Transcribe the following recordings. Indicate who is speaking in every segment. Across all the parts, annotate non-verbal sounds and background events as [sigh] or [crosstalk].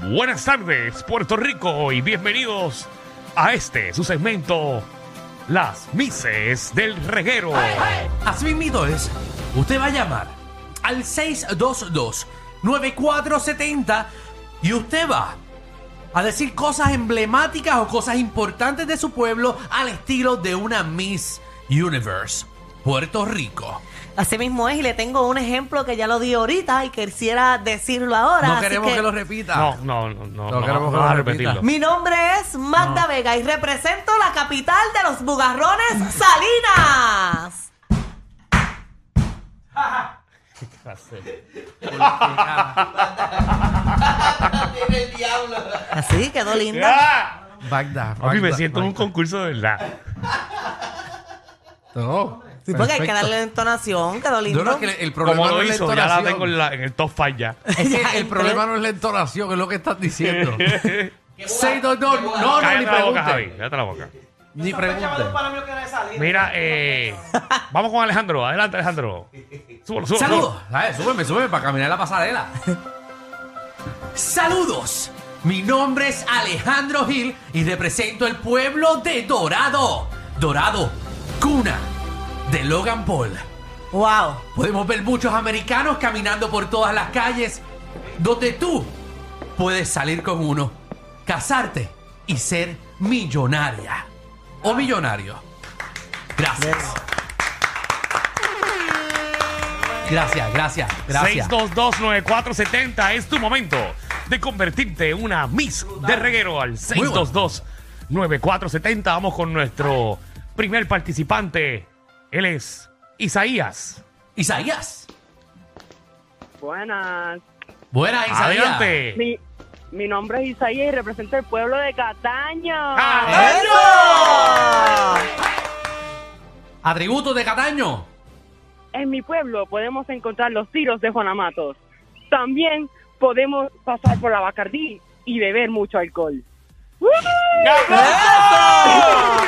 Speaker 1: Buenas tardes, Puerto Rico, y bienvenidos a este su segmento, Las Mises del Reguero.
Speaker 2: Así mismito es. Usted va a llamar al 622-9470 y usted va a decir cosas emblemáticas o cosas importantes de su pueblo al estilo de una Miss Universe. Puerto Rico.
Speaker 3: Así mismo es, y le tengo un ejemplo que ya lo di ahorita y quisiera decirlo ahora.
Speaker 2: No
Speaker 3: así
Speaker 2: queremos que, lo repita.
Speaker 1: No, no, no, no,
Speaker 2: No
Speaker 1: no,
Speaker 2: queremos
Speaker 1: vamos
Speaker 2: que
Speaker 1: a
Speaker 2: lo repita.
Speaker 1: repetirlo.
Speaker 3: Mi nombre es Magda Vega y represento la capital de los bugarrones, Salinas. Así quedó linda.
Speaker 1: ¡Ah!
Speaker 2: Magda,
Speaker 1: Papi, me
Speaker 2: Magda,
Speaker 1: siento en un
Speaker 2: Magda.
Speaker 1: concurso de verdad.
Speaker 2: No,
Speaker 3: Sí, porque hay que
Speaker 2: perfecto.
Speaker 3: darle la entonación, quedó
Speaker 2: No,
Speaker 3: lindo.
Speaker 2: no, es que el- el problema
Speaker 1: Como
Speaker 2: no
Speaker 1: lo
Speaker 2: es la
Speaker 1: hizo, ya la
Speaker 2: entonación.
Speaker 1: tengo en, la- en el top 5 ya.
Speaker 2: Es que
Speaker 3: Ya,
Speaker 2: el
Speaker 3: [laughs] entonces-
Speaker 2: problema no es la entonación, es lo que estás
Speaker 1: [laughs]
Speaker 2: diciendo. 622, no, no, ni
Speaker 1: Cállate la boca, Javi.
Speaker 2: pregunte.
Speaker 1: Cállate la boca.
Speaker 2: Ni pregunte.
Speaker 1: Mira, eh, vamos con Alejandro. Adelante, Alejandro. Súbelo, súbelo,
Speaker 2: Saludos.
Speaker 1: súbelo.
Speaker 2: A ver, súbeme, súbeme para caminar la pasarela. Saludos. Mi nombre es Alejandro Gil y represento el pueblo de Dorado. Dorado, cuna de Logan Paul.
Speaker 3: Wow.
Speaker 2: Podemos ver muchos americanos caminando por todas las calles donde tú puedes salir con uno, casarte y ser millonaria o millonario. Gracias. Gracias, gracias, gracias.
Speaker 1: 6229470 es tu momento de convertirte en una Miss de reguero al
Speaker 2: Muy bueno.
Speaker 1: 6229470. Vamos con nuestro primer participante. Él es Isaías.
Speaker 2: Isaías.
Speaker 4: Buenas.
Speaker 2: Buena, Isaías.
Speaker 1: Adelante.
Speaker 4: Mi, mi nombre es Isaías y represento el pueblo de Cataño.
Speaker 1: Ah,
Speaker 3: ¡Eso!
Speaker 2: Atributos de Cataño.
Speaker 4: En mi pueblo podemos encontrar los tiros de Juan Amatos. También podemos pasar por la Bacardí y beber mucho alcohol. ¡Woo!
Speaker 2: Ah.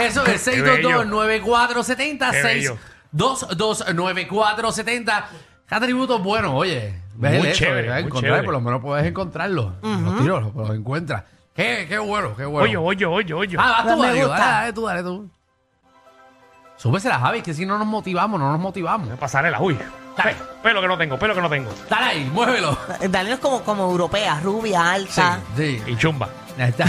Speaker 2: Eso es
Speaker 1: Qué bello. Qué
Speaker 2: 6229470.
Speaker 1: bello.
Speaker 2: 6229470. Qué atributos buenos, oye. Ves
Speaker 1: Muy
Speaker 2: eso,
Speaker 1: chévere,
Speaker 2: ¿verdad?
Speaker 1: muy
Speaker 2: Encontrar,
Speaker 1: chévere.
Speaker 2: Por lo menos puedes encontrarlos. Los tiros, los, los encuentras. Qué, qué bueno, qué bueno.
Speaker 1: Oye, oye, oye, oye.
Speaker 2: ah, vas tú,
Speaker 3: Me
Speaker 2: Darío,
Speaker 3: gusta.
Speaker 2: dale, dale tú, dale tú. Súbesela, Javi, que si no nos motivamos, no nos motivamos.
Speaker 1: Pasarela, uy.
Speaker 2: Dale.
Speaker 1: Pe- Pelo que no tengo, pelo que no tengo.
Speaker 2: Dale ahí, muévelo.
Speaker 3: Daniel es como, como europea, rubia, alta.
Speaker 2: Sí, sí.
Speaker 1: Y chumba.
Speaker 2: Ahí está.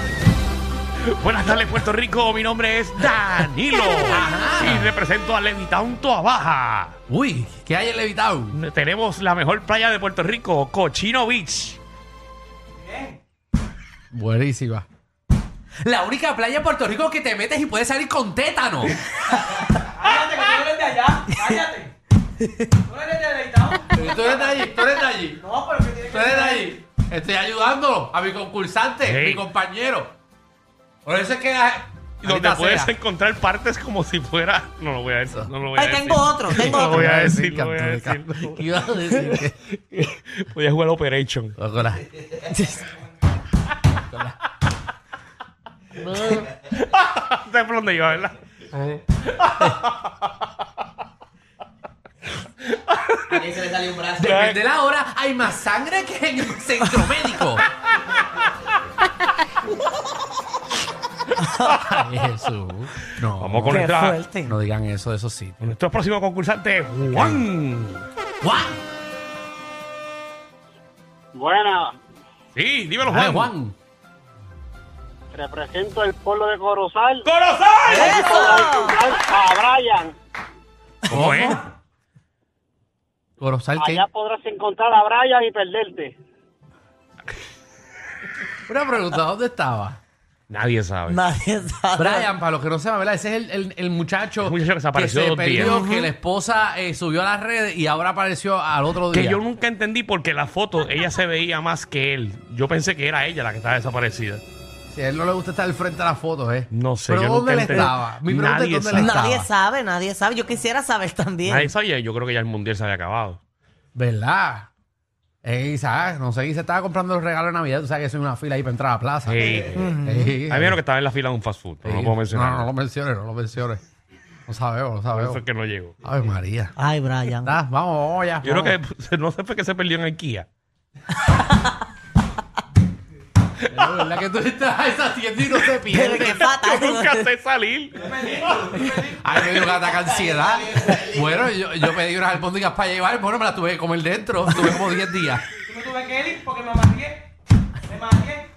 Speaker 1: [laughs] Buenas tardes, Puerto Rico. Mi nombre es Danilo.
Speaker 2: [laughs] Ajá.
Speaker 1: Y represento a Levitown Toabaja.
Speaker 2: Uy, ¿qué hay en Levitao?
Speaker 1: Tenemos la mejor playa de Puerto Rico, Cochino Beach.
Speaker 2: Buenísima. La única playa en Puerto Rico que te metes y puedes salir con tétano. Cállate, que tú eres de allá. Cállate. Tú eres de allí, tú eres de allí. No, pero que tienes Tú eres de allí. Estoy ayudando a mi concursante,
Speaker 1: Sí.
Speaker 2: mi compañero. Por eso es que. la-
Speaker 1: Donde
Speaker 2: Maldita
Speaker 1: puedes
Speaker 2: sea.
Speaker 1: encontrar partes como si fuera. No lo voy a decir. No lo voy a
Speaker 3: Ay,
Speaker 1: decir.
Speaker 3: tengo otro,
Speaker 1: [laughs]
Speaker 3: tengo
Speaker 1: No lo voy
Speaker 3: otro.
Speaker 1: a
Speaker 2: Me
Speaker 1: decir. No
Speaker 2: encanta,
Speaker 1: voy a
Speaker 2: me
Speaker 1: decir.
Speaker 2: encanta. Iba a decir que- [laughs]
Speaker 1: [laughs] Voy a jugar [laughs] Operation.
Speaker 2: Ojalá.
Speaker 1: ¿Sabes por dónde iba, verdad?
Speaker 2: Depende de la hora, hay más sangre que en el centro médico. Ay, Jesús. No,
Speaker 1: Vamos con
Speaker 3: Qué
Speaker 1: nuestra-
Speaker 3: fuerte.
Speaker 2: no digan eso de esos sitios.
Speaker 1: Nuestro próximo concursante, Juan.
Speaker 2: ¡Juan!
Speaker 4: Buenas.
Speaker 1: Sí, dímelo,
Speaker 2: Ay,
Speaker 1: Juan.
Speaker 2: Juan.
Speaker 4: Represento el pueblo de Corozal.
Speaker 1: ¡Corozal!
Speaker 3: ¡Eso!
Speaker 4: A Brian.
Speaker 1: ¿Cómo es?
Speaker 2: Corozal, ¿qué?
Speaker 4: podrás encontrar a Brian y perderte.
Speaker 2: Una pregunta, ¿dónde estaba?
Speaker 1: Nadie sabe.
Speaker 5: Nadie sabe.
Speaker 2: Brian, para los que no sepan, ¿verdad? Ese es el, el- el muchacho,
Speaker 1: El muchacho que se apareció
Speaker 2: se
Speaker 1: dos días.
Speaker 2: perdió,
Speaker 1: Ujú.
Speaker 2: que la esposa eh, subió a las redes y ahora apareció al otro día.
Speaker 1: Que yo nunca entendí porque la foto ella se veía más que él. Yo pensé que era ella la que estaba desaparecida.
Speaker 2: Si a él no le gusta estar al frente de las fotos, ¿eh?
Speaker 1: No sé,
Speaker 2: Pero
Speaker 1: yo
Speaker 2: ¿dónde
Speaker 1: nunca
Speaker 2: él
Speaker 1: entendí.
Speaker 2: estaba? Mi pregunta
Speaker 1: Nadie
Speaker 2: es ¿dónde él estaba?
Speaker 3: Nadie sabe, nadie sabe. Yo quisiera saber también.
Speaker 1: Nadie sabía. Yo creo que ya el mundial se había acabado.
Speaker 2: ¿Verdad? Eh, Isaac, no sé, se estaba comprando los regalos de Navidad. Tú sabes que soy una fila ahí para entrar a la plaza.
Speaker 1: Sí.
Speaker 2: Eh,
Speaker 1: A mí vieron que estaba en la fila de un fast food. pero no
Speaker 2: sí.
Speaker 1: puedo mencionar.
Speaker 2: No, no, no lo menciones, no lo menciones. No sabemos, no
Speaker 1: Por eso es
Speaker 2: sabemos.
Speaker 1: que no llegó.
Speaker 2: Ay, María.
Speaker 5: Ay, Brian.
Speaker 2: Nada, vamos, vamos ya.
Speaker 1: Yo creo
Speaker 2: vamos.
Speaker 1: que [laughs] no sé por qué se perdió en
Speaker 2: [laughs]
Speaker 1: IKEA. [laughs]
Speaker 2: Pero, ¿Verdad que tú estás a esa tienda y no se
Speaker 3: Pero
Speaker 2: pierde? [laughs]
Speaker 3: qué fatal.
Speaker 1: Yo nunca sé salir.
Speaker 2: Ay, me dio un ataque de ansiedad. Bueno, yo, yo pedí unas albóndigas para llevar. Bueno, me las tuve que comer dentro. Tuve como 10 días.
Speaker 6: Yo me tuve que ir porque me mareé. Me mareé.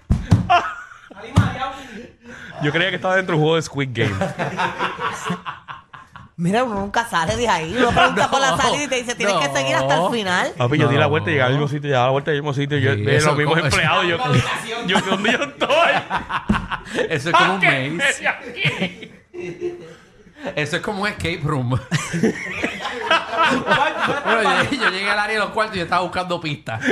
Speaker 6: Salí mareado.
Speaker 1: Yo creía que estaba dentro de un juego de Squid
Speaker 2: [laughs]
Speaker 1: Game.
Speaker 3: Mira, uno nunca sale de ahí.
Speaker 2: [laughs]
Speaker 3: Uno pregunta por la
Speaker 2: No,
Speaker 3: salida y te dice, tienes que
Speaker 2: no. Pues
Speaker 3: seguir hasta el final.
Speaker 1: Papi, Ah, pues yo di la
Speaker 2: No.
Speaker 1: vuelta y llegaba al mismo sitio, llegaba a la vuelta al mismo sitio. Yo
Speaker 2: Sí,
Speaker 1: veía
Speaker 2: eso,
Speaker 1: los mismos
Speaker 2: ¿cómo?
Speaker 1: empleados. Yo, [laughs] yo, ¿dónde yo estoy?
Speaker 2: Eso es [laughs] como
Speaker 1: [laughs]
Speaker 2: un
Speaker 1: ¿Qué
Speaker 2: maze.
Speaker 1: hice aquí?
Speaker 2: Eso es como un escape room. Bueno, yo, yo llegué al área de los cuartos y yo estaba buscando pistas.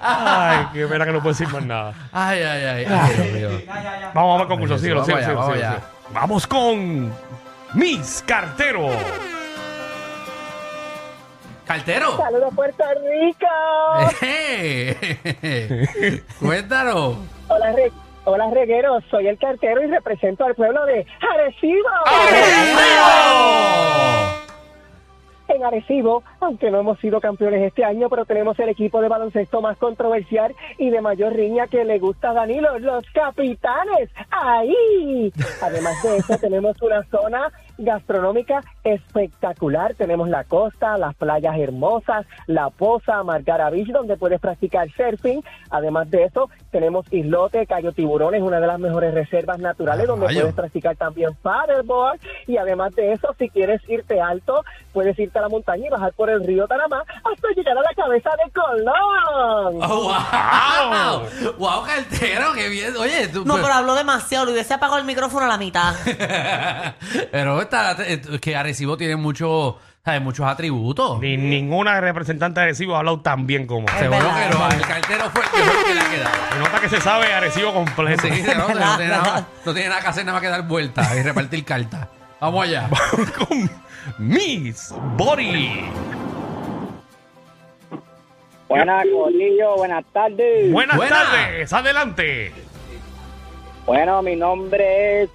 Speaker 1: Ay, qué pena que no puedo decir más nada.
Speaker 2: Ay, ay, ay. ay Dios mío.
Speaker 1: Vamos, vamos al concurso.
Speaker 2: Eso,
Speaker 1: Síguelo,
Speaker 2: vamos
Speaker 1: síguelo,
Speaker 2: allá,
Speaker 1: síguelo, síguelo,
Speaker 2: vamos allá.
Speaker 1: síguelo. Vamos con Mis Cartero.
Speaker 2: Cartero.
Speaker 4: Saludos, Puerto Rico.
Speaker 2: Eh, Cuéntanos.
Speaker 4: Hola, re- Hola, reguero. Soy el cartero y represento al pueblo de Arecibo. En Arecibo, aunque no hemos sido campeones este año, pero tenemos el equipo de baloncesto más controversial y de mayor riña que le gusta a Danilo, los capitanes. ¡Ahí! Además de eso, tenemos una zona gastronómica espectacular. Tenemos la costa, las playas hermosas, la poza, Margara Beach, donde puedes practicar surfing. Además de eso, tenemos Islote, Cayo Tiburones, una de las mejores reservas naturales, donde
Speaker 2: Rayo.
Speaker 4: puedes practicar también paddleboard. Y además de eso, si quieres irte alto, puedes irte a la montaña y bajar por el río Tanamá hasta llegar a la cabeza de Colón.
Speaker 2: Oh, wow. Wow, Cartero, qué bien. Oye, tú. pues,
Speaker 3: No, pero habló demasiado. Le hubiese apagado el micrófono a la mitad.
Speaker 2: [laughs] Pero está, es que Arecibo tiene mucho, ¿sabes? muchos atributos.
Speaker 1: Ni ninguna representante de Arecibo ha hablado tan bien como. Se
Speaker 2: Seguro
Speaker 3: verdad,
Speaker 2: que no, el cartero fue el que, fue el que le ha quedado.
Speaker 1: [laughs] nota que se sabe Arecibo completo.
Speaker 2: Sí, no, no, no tiene nada, no tiene nada que hacer, nada más que dar vueltas y repartir cartas. Vamos allá.
Speaker 1: Vamos [laughs] con Miss Body.
Speaker 4: Buenas, Colillo, buenas tardes.
Speaker 1: Buenas
Speaker 2: Buena.
Speaker 1: tardes, adelante.
Speaker 4: Bueno, mi nombre es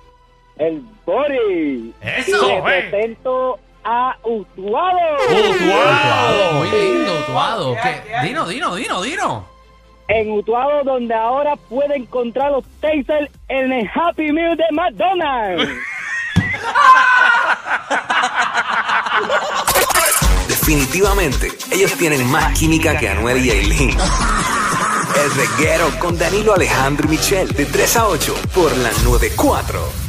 Speaker 4: el Bori.
Speaker 2: Eso,
Speaker 4: Y
Speaker 1: eh.
Speaker 4: represento a Utuado.
Speaker 2: Tuado, muy
Speaker 1: ¡Wow!
Speaker 2: lindo, Tuado.
Speaker 6: ¿Qué
Speaker 2: ¿Qué?
Speaker 6: hay, qué hay?
Speaker 2: Dino, dino, dino, dino.
Speaker 4: En Utuado, donde ahora puede encontrar los Taser en el Happy Meal de McDonald's.
Speaker 7: Definitivamente, ellos tienen más química que Anuel y Aileen. El reguero con Danilo Alejandro y Michel de 3 a 8 por la 94. 4